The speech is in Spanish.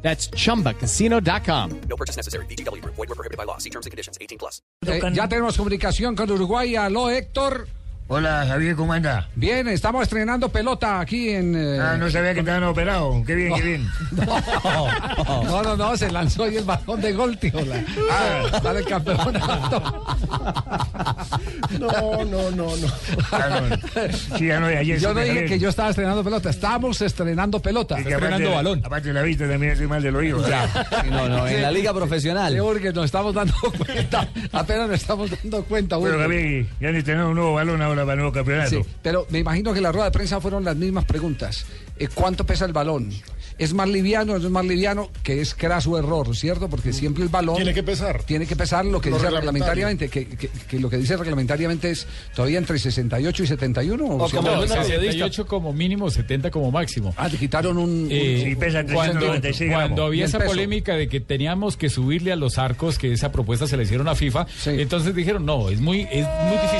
That's chumbacasino.com. No purchase necessary. BGW. Void were prohibited by law. See terms and conditions. 18 plus. Eh, Tocan- ya tenemos comunicación con Uruguay. Aló, Héctor. Hola Javier, ¿cómo anda? Bien, estamos estrenando pelota aquí en... eh, Ah, no sabía que estaban operados. Qué bien, qué bien. No, no, no, se lanzó hoy el balón de gol, tío. La, ah, para el campeonato. No, no, no, no. Ah, no. Sí, ya no, ayer Yo se no me dije salió. que yo estaba estrenando pelota. Estamos estrenando pelota. Y que aparte de- Aparte de la vista también estoy mal del oído. No, no, en la liga profesional. Creo que nos estamos dando cuenta. Apenas nos estamos dando cuenta. Pero Urge. Javier, ya han estrenado un nuevo balón ahora para el nuevo campeonato. Sí, pero me imagino que la rueda de prensa fueron las mismas preguntas. Eh, ¿Cuánto pesa el balón? ¿Es más liviano o no es más liviano? Que es craso error, ¿cierto? Porque siempre el balón... Mm. Tiene que pesar. Tiene que pesar lo que Lo dice reglamentario. reglamentariamente, que, que- que lo que dice reglamentariamente es todavía entre 68 y 71. ¿o O si como no? no, 68 como mínimo, 70 como máximo. Ah, le quitaron un... un- Eh, Sí, pesa cuando, 396 cuando gramos. Y había el esa peso. polémica de que teníamos que subirle a los arcos, que esa propuesta se la hicieron a FIFA, Sí. entonces dijeron, no, es muy, es muy difícil.